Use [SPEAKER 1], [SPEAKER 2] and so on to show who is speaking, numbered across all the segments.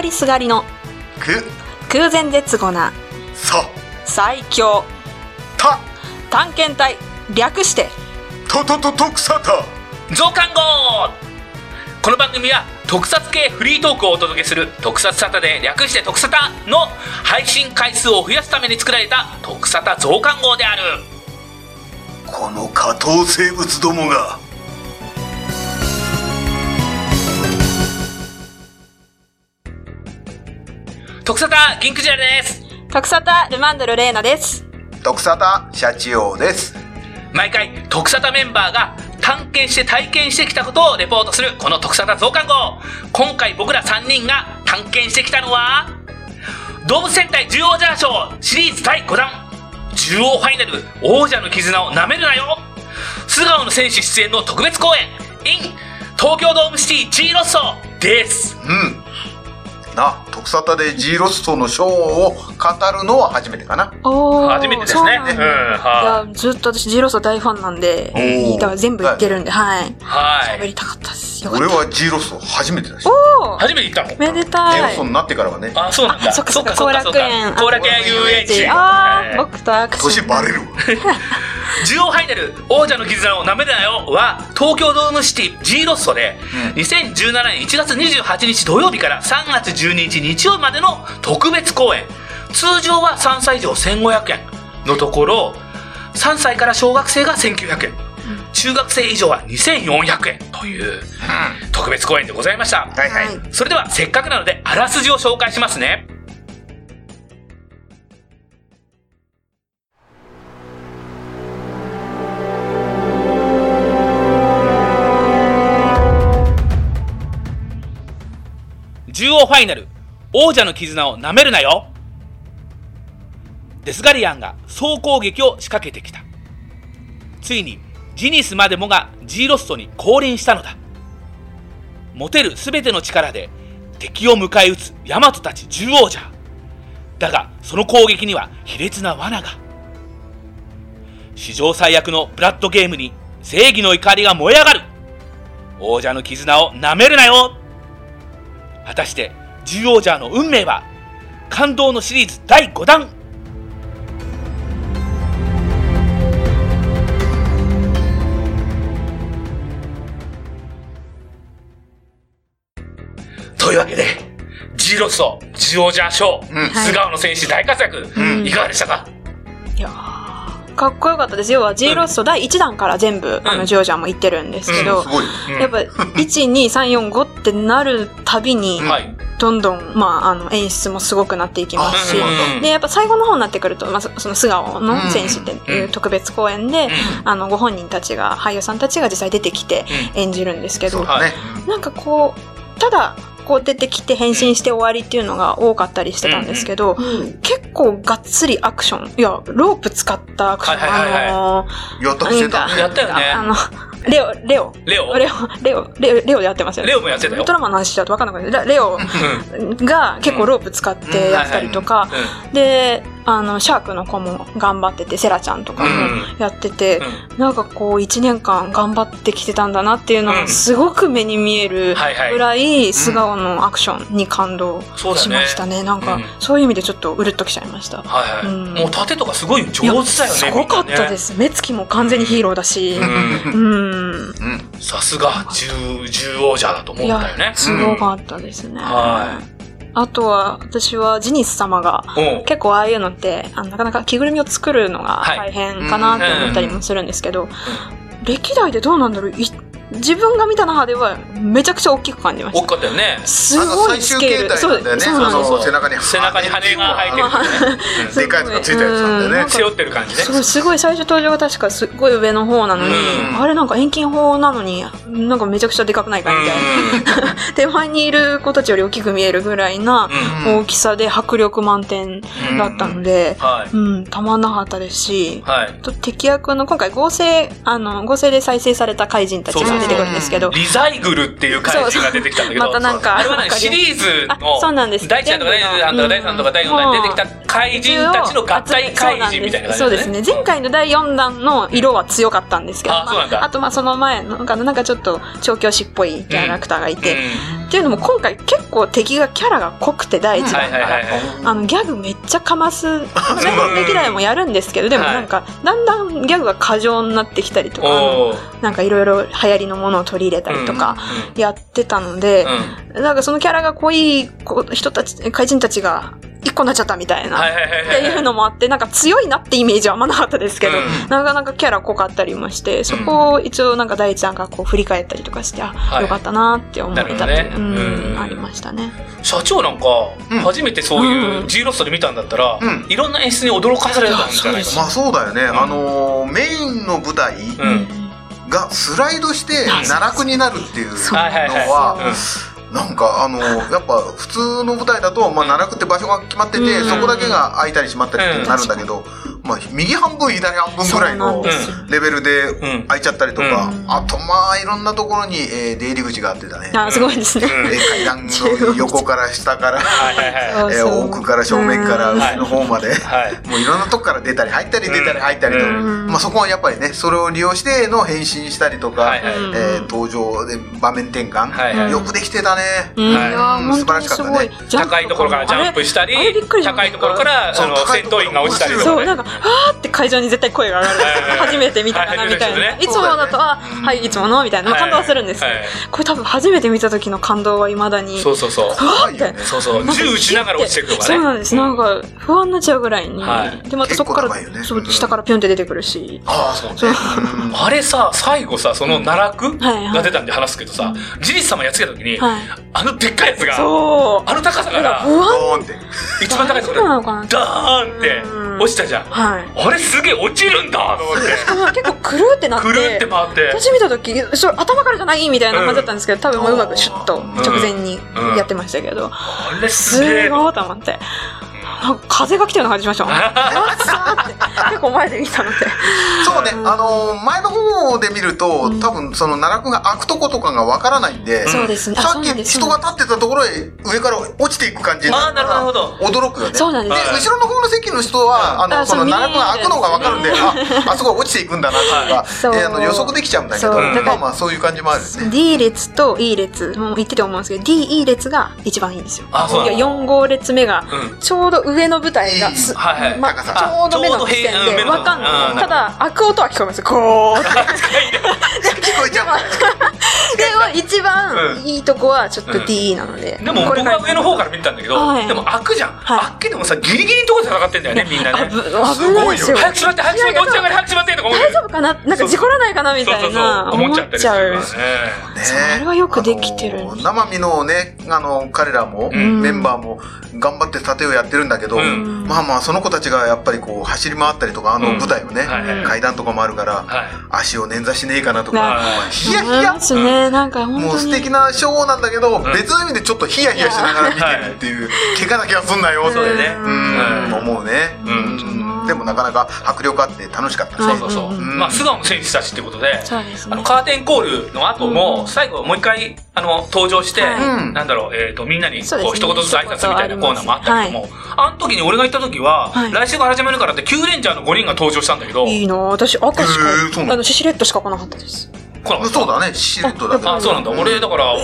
[SPEAKER 1] りすがりの
[SPEAKER 2] く
[SPEAKER 1] 空前絶後な
[SPEAKER 2] さ
[SPEAKER 1] 最強
[SPEAKER 2] た
[SPEAKER 1] 探検隊略して
[SPEAKER 2] ととととくさた
[SPEAKER 3] 増刊号この番組は特撮系フリートークをお届けする「特撮サタで略して「特サタ」の配信回数を増やすために作られた「特サタ増刊号」である
[SPEAKER 2] この下等生物どもが
[SPEAKER 3] 「特サタ銀クジラ」です
[SPEAKER 1] 特撮タルマンドルレーナです
[SPEAKER 2] 徳沙田社長です
[SPEAKER 3] 毎回特サタメンバーが探検して体験してきたことをレポートするこの特サタ増刊号今回僕ら3人が探検してきたのは動物戦隊獣王者賞シリーズ第5弾獣王ファイナル王者の絆をなめるなよ素顔の選手出演の特別公演 in 東京ドームシティ G ロッソです
[SPEAKER 4] うん。な、徳沙汰で G ロストのショーを語るのは初めてかな。
[SPEAKER 1] お
[SPEAKER 3] 初めてですねうんは
[SPEAKER 1] や
[SPEAKER 3] い
[SPEAKER 1] ずっと私ジーローソ大ファンなんで
[SPEAKER 4] おー
[SPEAKER 1] だから全部いけるんではい
[SPEAKER 3] は
[SPEAKER 1] 喋
[SPEAKER 3] い
[SPEAKER 1] りたかったですよか
[SPEAKER 4] 俺
[SPEAKER 1] っ
[SPEAKER 4] は G ロスト初めてだし。
[SPEAKER 1] たおー
[SPEAKER 3] 初めて行ったの
[SPEAKER 1] めで
[SPEAKER 4] ジロ
[SPEAKER 1] た
[SPEAKER 4] ス
[SPEAKER 1] い
[SPEAKER 4] トになってからはね、
[SPEAKER 3] あそうなんだ
[SPEAKER 1] あそっかそっか
[SPEAKER 3] そっか
[SPEAKER 1] 後楽園
[SPEAKER 3] 後楽園遊園地
[SPEAKER 1] あ
[SPEAKER 3] は
[SPEAKER 1] ー
[SPEAKER 3] い
[SPEAKER 1] 僕と握手
[SPEAKER 4] 年バレるわ。
[SPEAKER 3] 獣王ファイナル王者の絆をなめるなよは東京ドームシティ G ロストで、
[SPEAKER 4] うん
[SPEAKER 3] 2017年1月28日土曜日から3月12日日曜日までの特別公演通常は3歳以上1500円のところ3歳から小学生が1900円中学生以上は2400円という特別公演でございました
[SPEAKER 4] はいは
[SPEAKER 1] はい
[SPEAKER 4] い。
[SPEAKER 3] それではせっかくなのであらすじを紹介しますね獣王ファイナル王者の絆をなめるなよデスガリアンが総攻撃を仕掛けてきたついにジニスまでもが G ロストに降臨したのだ持てる全ての力で敵を迎え撃つヤマトたち獣王じゃだがその攻撃には卑劣な罠が史上最悪のブラッドゲームに正義の怒りが燃え上がる王者の絆をなめるなよ果たして獣王者の運命は感動のシリーズ第5弾というわけで G ロスト獣王者賞、
[SPEAKER 4] うん
[SPEAKER 1] はい
[SPEAKER 3] 素顔の選手大活躍、
[SPEAKER 1] ん
[SPEAKER 3] いかがでしたか
[SPEAKER 1] いやーかっこよかったです要は G ロスト第1弾から全部、あのジョージャンも行ってるんですけど、
[SPEAKER 4] すごい。
[SPEAKER 3] うん
[SPEAKER 1] やっぱ12345ってなるたびに
[SPEAKER 3] はい、
[SPEAKER 1] どんどん、まあ、あの演出もすごくなっていきます
[SPEAKER 4] あそ
[SPEAKER 1] し
[SPEAKER 4] うなん
[SPEAKER 3] だ
[SPEAKER 1] でやっぱ最後の方になってくると、まあ、そその素顔の戦士っていううん特別公演で、あのご本人たちが俳優さんたちが実際出てきて
[SPEAKER 3] う
[SPEAKER 1] 演じるんですけど、
[SPEAKER 4] そうだね。
[SPEAKER 1] なんかこうただこう出てきて変身して終わりっていうのが多かったりしてたんですけど、結構がっつりアクションいやロープ使ったアクション、
[SPEAKER 3] はいはいはいはい
[SPEAKER 1] あのー
[SPEAKER 4] やったくしてた
[SPEAKER 1] なんか
[SPEAKER 3] やったよね
[SPEAKER 1] あのレオレオ
[SPEAKER 3] レオ
[SPEAKER 1] レオ、レオ、レオ、レオでやってますよね。
[SPEAKER 3] レオもやってたよ
[SPEAKER 1] ウルトラマンの話だと分かんなくなる。レレオが結構ロープ使ってやったりとか、で、あの、シャークの子も頑張ってて、セラちゃんとかもやってて、なんかこう、一年間頑張ってきてたんだなっていうの
[SPEAKER 3] うん
[SPEAKER 1] がすごく目に見える
[SPEAKER 3] はいはい
[SPEAKER 1] ぐらい、素顔のアクションに感動
[SPEAKER 3] そうだね
[SPEAKER 1] しましたね。なん
[SPEAKER 3] う
[SPEAKER 1] か
[SPEAKER 3] ん、
[SPEAKER 1] そういう意味でちょっとうるっときちゃいました。
[SPEAKER 3] はいはい、
[SPEAKER 1] うん
[SPEAKER 3] もう盾とかすごい上手だ
[SPEAKER 1] い
[SPEAKER 3] よね、
[SPEAKER 1] やすごかったですす。目つきも完全にヒーローだし
[SPEAKER 3] みん。なね
[SPEAKER 1] う
[SPEAKER 4] うん。
[SPEAKER 1] ん。
[SPEAKER 3] うん、さすが獣獣王者だと思ったよ
[SPEAKER 1] い
[SPEAKER 3] ね
[SPEAKER 1] やすごかったですね。
[SPEAKER 3] は
[SPEAKER 1] あとは、私はジニス様が、
[SPEAKER 3] うん
[SPEAKER 1] 結構ああいうのって、あのなかなか着ぐるみを作るのが
[SPEAKER 3] は
[SPEAKER 1] 大
[SPEAKER 3] い
[SPEAKER 1] 変かなって思ったりもするんですけど、歴代でどうなんだろうい自分が見た中ではめちゃくちゃ大きく感じま
[SPEAKER 3] 大
[SPEAKER 1] し
[SPEAKER 3] きかったよね
[SPEAKER 1] た。すごいスケール。
[SPEAKER 4] あの最終形態なんだよね
[SPEAKER 1] そうなんです
[SPEAKER 4] その背中に
[SPEAKER 3] 背中に羽が生えてる 感じね、うん
[SPEAKER 1] すご
[SPEAKER 4] でかいのがついたやつなんだよね
[SPEAKER 1] うか
[SPEAKER 3] 背負ってる感じね
[SPEAKER 1] すごい、すごい最初登場が確かすっごい上の方なのに、
[SPEAKER 3] うん
[SPEAKER 1] あれなんか遠近法なのに、なんかめちゃくちゃでかくないかみたいな。手前にいる子たちより大きく見えるぐらいな
[SPEAKER 3] うんうん
[SPEAKER 1] 大きさで迫力満点だったので、
[SPEAKER 3] はい
[SPEAKER 1] うん、たまんなかったですし、
[SPEAKER 3] はい
[SPEAKER 1] と敵役の今回合成、あの、合成で再生された怪人たちが出てくるんですけど、
[SPEAKER 3] リザイグルっていう怪人が出てきたんだけど
[SPEAKER 1] そうまたなんか
[SPEAKER 3] あれはね
[SPEAKER 1] わかり
[SPEAKER 3] シ
[SPEAKER 1] やすい
[SPEAKER 3] リーズの
[SPEAKER 1] あそうなんです
[SPEAKER 3] 第1弾とか第2弾とか第3弾とか第4弾に出てきた怪人たちの合体怪人みたいな感じ
[SPEAKER 1] そうですね。前回の第4弾の色は強かったんですけど、
[SPEAKER 3] あそうなんだ
[SPEAKER 1] まああとまあその前の、なんかちょっと調教師っぽいキャラクターがいて、
[SPEAKER 3] う
[SPEAKER 1] っていうのも今回結構敵がキャラが濃くて第一
[SPEAKER 3] はい
[SPEAKER 1] 弾か
[SPEAKER 3] はい
[SPEAKER 1] ら
[SPEAKER 3] はいはい
[SPEAKER 1] あのギャグめっちゃかますまあ全国歴代もやるんですけどでもなんかだんだんギャグが過剰になってきたりとかあの
[SPEAKER 3] おー
[SPEAKER 1] なんかいろいろ流行りのものを取り入れたりとかやってたの
[SPEAKER 3] う
[SPEAKER 1] で
[SPEAKER 3] んうん
[SPEAKER 1] なんかそのキャラが濃い子人たち怪人たちが一個になっちゃったみたいな
[SPEAKER 3] はいはいはい
[SPEAKER 1] っ
[SPEAKER 3] は
[SPEAKER 1] て
[SPEAKER 3] い
[SPEAKER 1] いうのもあってなんか強いなってイメージはあんまなかったですけど、
[SPEAKER 3] うん
[SPEAKER 1] なかなかキャラ濃かったりもしてそこを一応なんか大ちゃんがこう振り返ったりとかして、
[SPEAKER 3] は
[SPEAKER 1] あ
[SPEAKER 3] い
[SPEAKER 1] よかったなって思えたと
[SPEAKER 3] なる
[SPEAKER 1] いう、
[SPEAKER 3] ほどね
[SPEAKER 1] うん
[SPEAKER 3] うん
[SPEAKER 1] ありましたね。
[SPEAKER 3] 社長なんか
[SPEAKER 4] うん
[SPEAKER 3] 初めてそういううん G ロストで見たんだったら
[SPEAKER 4] うん
[SPEAKER 3] いろんな演出に驚かされたんじゃないか
[SPEAKER 4] まあそうだよね、
[SPEAKER 3] ん
[SPEAKER 4] あのーメインの舞台
[SPEAKER 3] なうん
[SPEAKER 4] がスライドして
[SPEAKER 1] はい
[SPEAKER 4] 奈落になるっていうの
[SPEAKER 1] そう
[SPEAKER 3] はいはいはい
[SPEAKER 4] は
[SPEAKER 3] うん
[SPEAKER 4] なんかあのーやっぱ普通の舞台だと、まあ、奈落って場所が決まってて
[SPEAKER 1] うん
[SPEAKER 4] そこだけが開いたり閉まったりってなるんだけど、まあ、右半分左半分
[SPEAKER 1] そう
[SPEAKER 4] ぐらい
[SPEAKER 1] な
[SPEAKER 4] の
[SPEAKER 1] んですよ、
[SPEAKER 4] レベル
[SPEAKER 3] うん
[SPEAKER 4] で開いちゃったりとか、
[SPEAKER 1] うん
[SPEAKER 4] あとまあいろんなところに、えー出入り口があってだね、
[SPEAKER 1] あすごいですね。
[SPEAKER 4] えー階段の横から下から、
[SPEAKER 3] はいはいはい
[SPEAKER 1] そう
[SPEAKER 4] えー
[SPEAKER 1] そう
[SPEAKER 4] 奥から正面から
[SPEAKER 1] うん
[SPEAKER 4] 上の方まで。
[SPEAKER 3] はい
[SPEAKER 4] もういろんなとこから出たり入ったり出たり入ったりと、
[SPEAKER 1] うん
[SPEAKER 4] まあ、そこはやっぱりねそれを利用しての変身したりとか、
[SPEAKER 3] はいはい
[SPEAKER 1] うん
[SPEAKER 4] えー登場で場面転換、
[SPEAKER 3] はいはい
[SPEAKER 4] よくできてたね、
[SPEAKER 1] うんい
[SPEAKER 3] はい
[SPEAKER 1] やー本当にすご
[SPEAKER 4] 素晴
[SPEAKER 1] い
[SPEAKER 4] らしか
[SPEAKER 1] ジャンプ
[SPEAKER 3] 高いところからジャンプしたり
[SPEAKER 1] あれあれびっくりしま
[SPEAKER 3] 高
[SPEAKER 1] せ
[SPEAKER 3] い
[SPEAKER 1] ん
[SPEAKER 3] ところから
[SPEAKER 4] そう
[SPEAKER 3] あの
[SPEAKER 4] 高い
[SPEAKER 3] 戦
[SPEAKER 4] ところ
[SPEAKER 3] 闘員が落ちたりと
[SPEAKER 1] そ
[SPEAKER 3] か
[SPEAKER 1] う
[SPEAKER 3] ね
[SPEAKER 1] なんか「あ」って会場に絶対声が上がるんです
[SPEAKER 3] はいはい
[SPEAKER 1] 初めて見たかなみたい
[SPEAKER 3] はい
[SPEAKER 1] な
[SPEAKER 3] はい
[SPEAKER 1] いつものだと「あ
[SPEAKER 4] うん
[SPEAKER 1] はいいつもの」みたいなまあ感動はするんですけど
[SPEAKER 3] はいはい
[SPEAKER 1] これ多分初めて見た時の感動はいまだに
[SPEAKER 3] そうそうそう
[SPEAKER 1] 怖い
[SPEAKER 4] よね
[SPEAKER 3] そうそう銃撃ちながら落ちていくとかね
[SPEAKER 1] そうなんですなんか不安になっちゃうぐらいに、
[SPEAKER 3] はい
[SPEAKER 1] でまたそこから、
[SPEAKER 4] 結構長いよね
[SPEAKER 1] そう
[SPEAKER 4] うん
[SPEAKER 1] 下からピョンって出てくるし
[SPEAKER 4] ああそうねうん
[SPEAKER 3] あれさ最後さその奈落
[SPEAKER 1] はいはい
[SPEAKER 3] が出たんで話すけどさジリス様やっつけた時に
[SPEAKER 1] はい
[SPEAKER 3] あのでっかいやつが
[SPEAKER 1] そう
[SPEAKER 3] あの高さか
[SPEAKER 1] だから
[SPEAKER 3] ら
[SPEAKER 1] 不安
[SPEAKER 4] ドーンって
[SPEAKER 3] 一番高いところ
[SPEAKER 1] なのかな
[SPEAKER 3] ダーンって落ちたじゃん
[SPEAKER 1] はい
[SPEAKER 3] あれすげえ落ちるんだと思って
[SPEAKER 1] しかも結構くるってなって
[SPEAKER 3] くるって回って
[SPEAKER 1] 私見た時それ頭からじゃないみたいな感じだったんですけど多分もううまくシュッと直前に
[SPEAKER 3] うん
[SPEAKER 1] やってましたけど、
[SPEAKER 3] あれす
[SPEAKER 1] す
[SPEAKER 3] げえ
[SPEAKER 1] ごいと思ってなんか風が来たような感じしましたもん結構前で見たので
[SPEAKER 4] そうね、あのー前の方で見ると、多分その奈落が開くとことかがわからないんで、
[SPEAKER 1] そうですねあ
[SPEAKER 4] さ
[SPEAKER 1] そ
[SPEAKER 4] っ
[SPEAKER 1] う
[SPEAKER 4] き
[SPEAKER 1] なんです
[SPEAKER 4] 人が立ってたところへ上から落ちていく感じに
[SPEAKER 3] ああ
[SPEAKER 4] る
[SPEAKER 3] な
[SPEAKER 4] から
[SPEAKER 3] るほど
[SPEAKER 4] 驚くよね
[SPEAKER 1] そうなんです
[SPEAKER 4] で
[SPEAKER 3] はい
[SPEAKER 4] 後ろの方の席の人はあの
[SPEAKER 1] あ
[SPEAKER 4] その
[SPEAKER 1] そう
[SPEAKER 4] 奈落が開くのがわかるんで
[SPEAKER 1] 見え
[SPEAKER 4] ああそこ落ちていくんだなと
[SPEAKER 1] は
[SPEAKER 4] か、
[SPEAKER 1] い
[SPEAKER 4] えーあの予測できちゃうんだけど
[SPEAKER 1] そう
[SPEAKER 3] だから
[SPEAKER 4] まあまあそういう感じもあるよね
[SPEAKER 1] D 列と E 列もう言ってて思うんですけど DE 列が一番いいんですよ
[SPEAKER 3] あそうないの
[SPEAKER 1] や4号列目が
[SPEAKER 3] うん
[SPEAKER 1] ちょうど上の舞台がす、
[SPEAKER 4] うん
[SPEAKER 3] はいはい
[SPEAKER 1] ま
[SPEAKER 4] 高
[SPEAKER 1] ち
[SPEAKER 4] さ
[SPEAKER 1] ょうど目の視
[SPEAKER 3] ちょうど
[SPEAKER 1] 線
[SPEAKER 3] 平
[SPEAKER 1] で
[SPEAKER 3] うん
[SPEAKER 1] わかんな
[SPEAKER 3] う
[SPEAKER 1] い
[SPEAKER 3] ん
[SPEAKER 1] ただ開く音は聞こえますこう って
[SPEAKER 4] 聞こえちゃう
[SPEAKER 1] でも一番いいとこはちょっと
[SPEAKER 3] うん
[SPEAKER 1] DE なので、
[SPEAKER 3] でも
[SPEAKER 1] こ
[SPEAKER 3] 僕
[SPEAKER 1] れ
[SPEAKER 3] は上の方からら見てたんだけど、
[SPEAKER 1] はい
[SPEAKER 3] でも開くじゃん、
[SPEAKER 1] はい
[SPEAKER 3] 開けてもさギリギリのところで戦ってんだよねみんなね
[SPEAKER 1] 危ないですよ
[SPEAKER 3] 早くしまって早くしまって落ち上がれ早くしまってとか思う
[SPEAKER 1] 大
[SPEAKER 3] よね
[SPEAKER 1] 丈夫かななんか事故らないかなみたいな
[SPEAKER 3] そうそうそう思っち
[SPEAKER 1] 思
[SPEAKER 3] ゃった
[SPEAKER 1] っ
[SPEAKER 3] り
[SPEAKER 1] ち
[SPEAKER 3] する
[SPEAKER 1] ゃう
[SPEAKER 3] から
[SPEAKER 4] ね
[SPEAKER 3] ね
[SPEAKER 1] あれはよくできてる
[SPEAKER 4] あの生身のねあの彼らも、
[SPEAKER 3] ん
[SPEAKER 4] メンバーも頑張って盾をやってるんだけど、
[SPEAKER 3] うん
[SPEAKER 4] まあまあその子たちがやっぱりこう走り回ったりとかあの
[SPEAKER 3] うん
[SPEAKER 4] 舞台をね、
[SPEAKER 3] はいはい
[SPEAKER 4] 階段とかもあるから、
[SPEAKER 3] はい
[SPEAKER 4] 足を捻挫しねえかなと
[SPEAKER 1] な
[SPEAKER 4] か、
[SPEAKER 3] は
[SPEAKER 4] ヒヤヒ
[SPEAKER 1] 思い
[SPEAKER 4] ヤ
[SPEAKER 1] ますねなんか本当に
[SPEAKER 4] もう素敵なショーなんだけど、
[SPEAKER 3] ん
[SPEAKER 4] 別の意味でちょっとヒヤヒヤしながら見てるっていう、怪我だけはすんなよ
[SPEAKER 1] うん
[SPEAKER 4] そ
[SPEAKER 3] だ
[SPEAKER 4] れ
[SPEAKER 3] よね
[SPEAKER 4] うん、
[SPEAKER 3] うん
[SPEAKER 4] 思うね、
[SPEAKER 1] うん
[SPEAKER 4] うんでもなかなか迫力あって楽しかった
[SPEAKER 3] い
[SPEAKER 1] は
[SPEAKER 4] ね
[SPEAKER 1] い
[SPEAKER 3] そうそうそう、
[SPEAKER 4] うん
[SPEAKER 3] まあ素顔の選手たちってことで
[SPEAKER 1] そうです
[SPEAKER 3] あの
[SPEAKER 1] ね
[SPEAKER 3] カーテンコールの後も最後もう一回あの登場して、
[SPEAKER 1] はい
[SPEAKER 3] なんだろう、えー、とみんなにこ
[SPEAKER 1] そうです
[SPEAKER 3] う
[SPEAKER 1] ね
[SPEAKER 3] 一言ずつ挨拶みたいなコーナーもあったけども、あの時に俺が行った時は、
[SPEAKER 1] はい
[SPEAKER 3] 来週から始めるからってキューレンジャーの5人が登場したんだけど、
[SPEAKER 1] いいな私赤しか、
[SPEAKER 4] へーそうなの
[SPEAKER 1] あのシシレットしか来なかったです
[SPEAKER 3] 来なかった
[SPEAKER 4] そうだねシルトだけど
[SPEAKER 3] あそうなんだ俺だからもう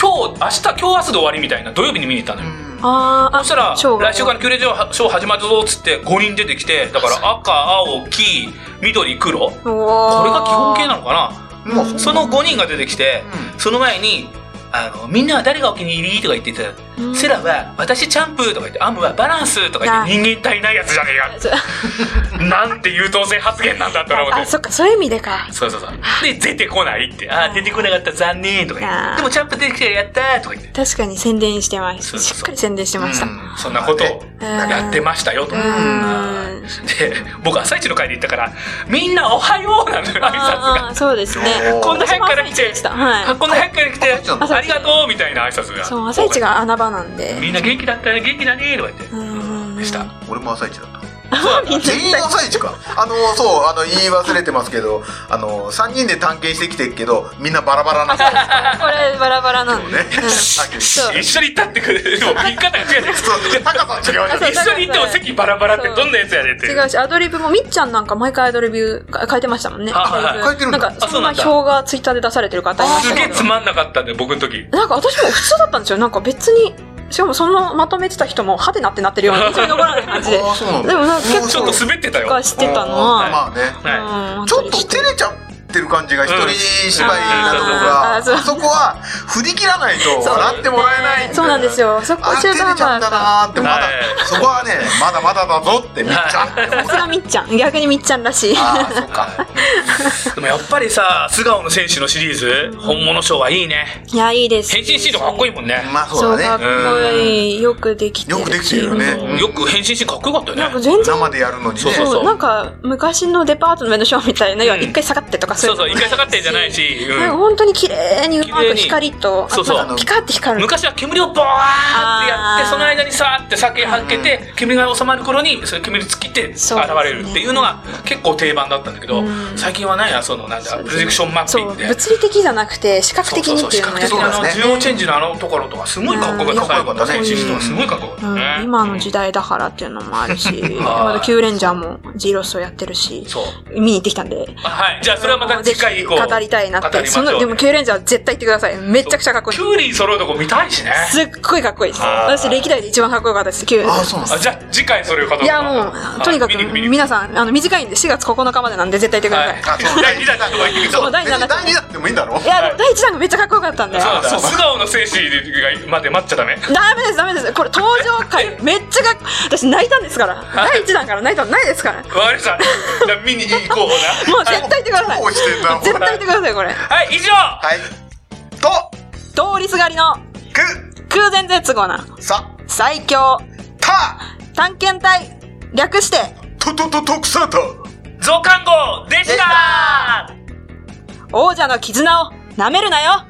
[SPEAKER 3] 今日明日今日明日で終わりみたいな土曜日に見に行ったのよ、
[SPEAKER 1] あーあ
[SPEAKER 3] そしたら
[SPEAKER 1] ショーが
[SPEAKER 3] 来週から「キュレジョーショー始まるぞ」っつって5人出てきてだから赤青黄緑黒こ
[SPEAKER 1] お
[SPEAKER 3] れ
[SPEAKER 1] こ
[SPEAKER 3] が基本形なのか
[SPEAKER 4] もう
[SPEAKER 3] なその5人が出てきて、その前にあの「みんなは誰がお気に入り?」とか言ってて「セラは私チャンプ」とか言って「アムはバランス」とか言って人間体ないやつじゃねえかなんて優等生発言なんだって俺は思っ
[SPEAKER 1] あ
[SPEAKER 3] て
[SPEAKER 1] そっかそういう意味でか
[SPEAKER 3] そうそうそう。で、出てこないって。あー、出てこなかった、残念とか言っ
[SPEAKER 1] あ
[SPEAKER 3] て。
[SPEAKER 1] ー
[SPEAKER 3] でも、ちゃんと出てきてやったーとか言って。
[SPEAKER 1] 確かに宣伝してま
[SPEAKER 3] そう
[SPEAKER 1] す
[SPEAKER 3] そう
[SPEAKER 1] しっかり宣伝してました、
[SPEAKER 4] うん
[SPEAKER 3] そんなことを
[SPEAKER 1] うん
[SPEAKER 3] やってましたよと。で
[SPEAKER 1] う、ーん
[SPEAKER 3] 僕、朝一の会で行ったから、みんなおはようなのよ、挨
[SPEAKER 1] あ
[SPEAKER 3] 拶
[SPEAKER 1] ーそうですね
[SPEAKER 4] おー
[SPEAKER 3] が。こんな早くから来て
[SPEAKER 1] 私も朝一でし、たはい
[SPEAKER 3] あこんな早くから来て、
[SPEAKER 4] 朝一な
[SPEAKER 1] の
[SPEAKER 3] ありがとうみたいな挨拶が。
[SPEAKER 1] そう朝一が穴場なんで
[SPEAKER 3] みんな元気だったね、元気だねとか言って
[SPEAKER 1] うんうんう
[SPEAKER 3] うんん。でした。
[SPEAKER 4] 俺も朝一だった
[SPEAKER 1] みんな
[SPEAKER 4] 全員の朝一かあのそうあの言い忘れてますけどあの3人で探検してきてるけどみんなバラバラなんですよ
[SPEAKER 1] これバラバラなんで、
[SPEAKER 4] ね
[SPEAKER 1] うん
[SPEAKER 4] さっき
[SPEAKER 1] そう
[SPEAKER 3] 一緒に行ったってくれでも言い方が違うね
[SPEAKER 4] そう高さ違うじゃん
[SPEAKER 1] そう
[SPEAKER 3] 一緒に行っても席バラバラってどんなやつやねんって
[SPEAKER 1] 違うしアドリブもみっちゃんなんか毎回アドリブ変えてましたもんね
[SPEAKER 3] あはい
[SPEAKER 1] アドリブ
[SPEAKER 4] 変えてるんだ
[SPEAKER 1] なん
[SPEAKER 3] あ
[SPEAKER 1] か
[SPEAKER 3] そ
[SPEAKER 1] そ
[SPEAKER 3] うんな
[SPEAKER 1] なん
[SPEAKER 3] だ
[SPEAKER 1] 表がツイッターで出されてる方いまし
[SPEAKER 3] す
[SPEAKER 1] た
[SPEAKER 3] げ
[SPEAKER 1] け
[SPEAKER 3] え
[SPEAKER 1] ど
[SPEAKER 3] つまんなかったんで僕の時
[SPEAKER 1] なんか私も普通だったんですよ。なんか別に、しかもそのまとめてた人も派手なってなってるよう な、印象に残らない感じで。
[SPEAKER 4] あーそうなんだ
[SPEAKER 1] でもなんか結構
[SPEAKER 3] ちょっと滑ってたよ
[SPEAKER 1] とかしてたのは、
[SPEAKER 4] まあね
[SPEAKER 3] は
[SPEAKER 1] うん
[SPEAKER 4] ちょっと照れちゃってる感じが一人芝居なとこ
[SPEAKER 1] うんあー
[SPEAKER 4] が
[SPEAKER 1] そう
[SPEAKER 4] そこは振り切らないと
[SPEAKER 1] そう
[SPEAKER 4] 笑ってもらえない
[SPEAKER 1] そうなんですよ。そこ
[SPEAKER 4] あ照
[SPEAKER 1] 中
[SPEAKER 4] れちゃ
[SPEAKER 1] 途
[SPEAKER 4] った
[SPEAKER 1] 半端さ
[SPEAKER 4] なーってまだ
[SPEAKER 3] はい
[SPEAKER 4] そこはねまだまだだぞってみっちゃんって思う
[SPEAKER 1] すがみっちゃん。逆にみっちゃんらしい。
[SPEAKER 4] あーそっか
[SPEAKER 3] いでもやっぱりさ素顔の選手のシリーズ本物賞はいいね
[SPEAKER 1] いや、いいです。
[SPEAKER 3] 変身シーンとかかっこいいもんね
[SPEAKER 4] まあ
[SPEAKER 1] そ、
[SPEAKER 4] そうう
[SPEAKER 1] か
[SPEAKER 4] だ
[SPEAKER 1] っ
[SPEAKER 4] ね
[SPEAKER 1] こいい。よくできてる。
[SPEAKER 4] よくできてるよね
[SPEAKER 1] うん
[SPEAKER 3] よく変身シーンかっこよかったよね
[SPEAKER 1] なんか全然、
[SPEAKER 4] 生でやるのにね
[SPEAKER 3] そうそう
[SPEAKER 1] そう、なんか昔のデパートの上のショーみたいな、要は一回下がってとか
[SPEAKER 3] そうそう
[SPEAKER 1] い
[SPEAKER 3] 一
[SPEAKER 1] のもない
[SPEAKER 3] 回下がってんじゃないし、うん
[SPEAKER 1] なんか本当に綺麗にうまく光と、
[SPEAKER 3] 綺麗にそうそう
[SPEAKER 1] あなんかピカって光る。
[SPEAKER 3] 昔は煙をボワーってやってその間にさーって酒はけて煙が収まる頃にその煙尽きて現
[SPEAKER 1] そうですね
[SPEAKER 3] れるっていうのが結構定番だったんだけど、
[SPEAKER 1] うん
[SPEAKER 3] 最近はないなそのなんだプロジェクションマッピ
[SPEAKER 1] そ
[SPEAKER 3] ン
[SPEAKER 1] う
[SPEAKER 3] グで
[SPEAKER 1] 物理的じゃなくて視覚的にっていうのもやって
[SPEAKER 3] そうそう
[SPEAKER 1] ま
[SPEAKER 3] そう
[SPEAKER 1] す
[SPEAKER 4] ね
[SPEAKER 3] 視覚的なあの重要チェンジのあのところとかすごいかっこよかった
[SPEAKER 4] うんかっこよかったね
[SPEAKER 3] 最後の選手とかすごいかっこよかったね、
[SPEAKER 1] うん、今の時代だからっていうのもあるし、
[SPEAKER 3] はい
[SPEAKER 1] まだ Q レンジャーもジーロスをやってるし、
[SPEAKER 3] そう
[SPEAKER 1] 見に行ってきたんで、
[SPEAKER 3] あはいじゃあそれはまた次回以降
[SPEAKER 1] ぜひ語りたいなっ
[SPEAKER 3] 語り
[SPEAKER 1] て。
[SPEAKER 3] ましょ
[SPEAKER 1] そうの、でも Q レンジャーは絶対行ってください。めちゃくちゃかっこいい
[SPEAKER 3] キ。ュウリ揃うとこ見たいしね
[SPEAKER 1] すっごいかっこいいです。
[SPEAKER 3] はい
[SPEAKER 1] 私歴代で一番かっこよかったです、Q レンジャ
[SPEAKER 4] あ
[SPEAKER 1] ー
[SPEAKER 4] ーそうなん
[SPEAKER 3] あじゃあ次回それを語る
[SPEAKER 1] いやもう、とにかく皆さん、あの、短いんで4月9日までなんで絶対行ってください。
[SPEAKER 3] は
[SPEAKER 4] あ
[SPEAKER 3] い
[SPEAKER 4] そう
[SPEAKER 3] 第二弾だとか言うけど
[SPEAKER 1] もう第
[SPEAKER 4] 第
[SPEAKER 1] 二弾
[SPEAKER 4] 2弾でもいいんだろ
[SPEAKER 1] いや、でも第1弾がめっちゃかっこよかったんで。
[SPEAKER 3] そうだ
[SPEAKER 4] そうだ
[SPEAKER 3] 素顔の精神がまで待っちゃダメ
[SPEAKER 1] ダメです、ダメです。これ登場回、めっちゃかっ私泣いたんですから。第1弾から泣いたのないですから。
[SPEAKER 3] わかりました。じゃあ見に行こうな。
[SPEAKER 1] もう絶対行ってください。
[SPEAKER 4] 超してんな
[SPEAKER 1] 絶対行ってください、これ。
[SPEAKER 3] はい、以上
[SPEAKER 4] はいと
[SPEAKER 1] 通りすがりの
[SPEAKER 4] く
[SPEAKER 1] 空前絶後な
[SPEAKER 4] さ
[SPEAKER 1] 最強
[SPEAKER 4] た
[SPEAKER 1] 探検隊略して
[SPEAKER 4] ととととくさた
[SPEAKER 3] 増刊号でした
[SPEAKER 1] 王者の絆をなめるなよ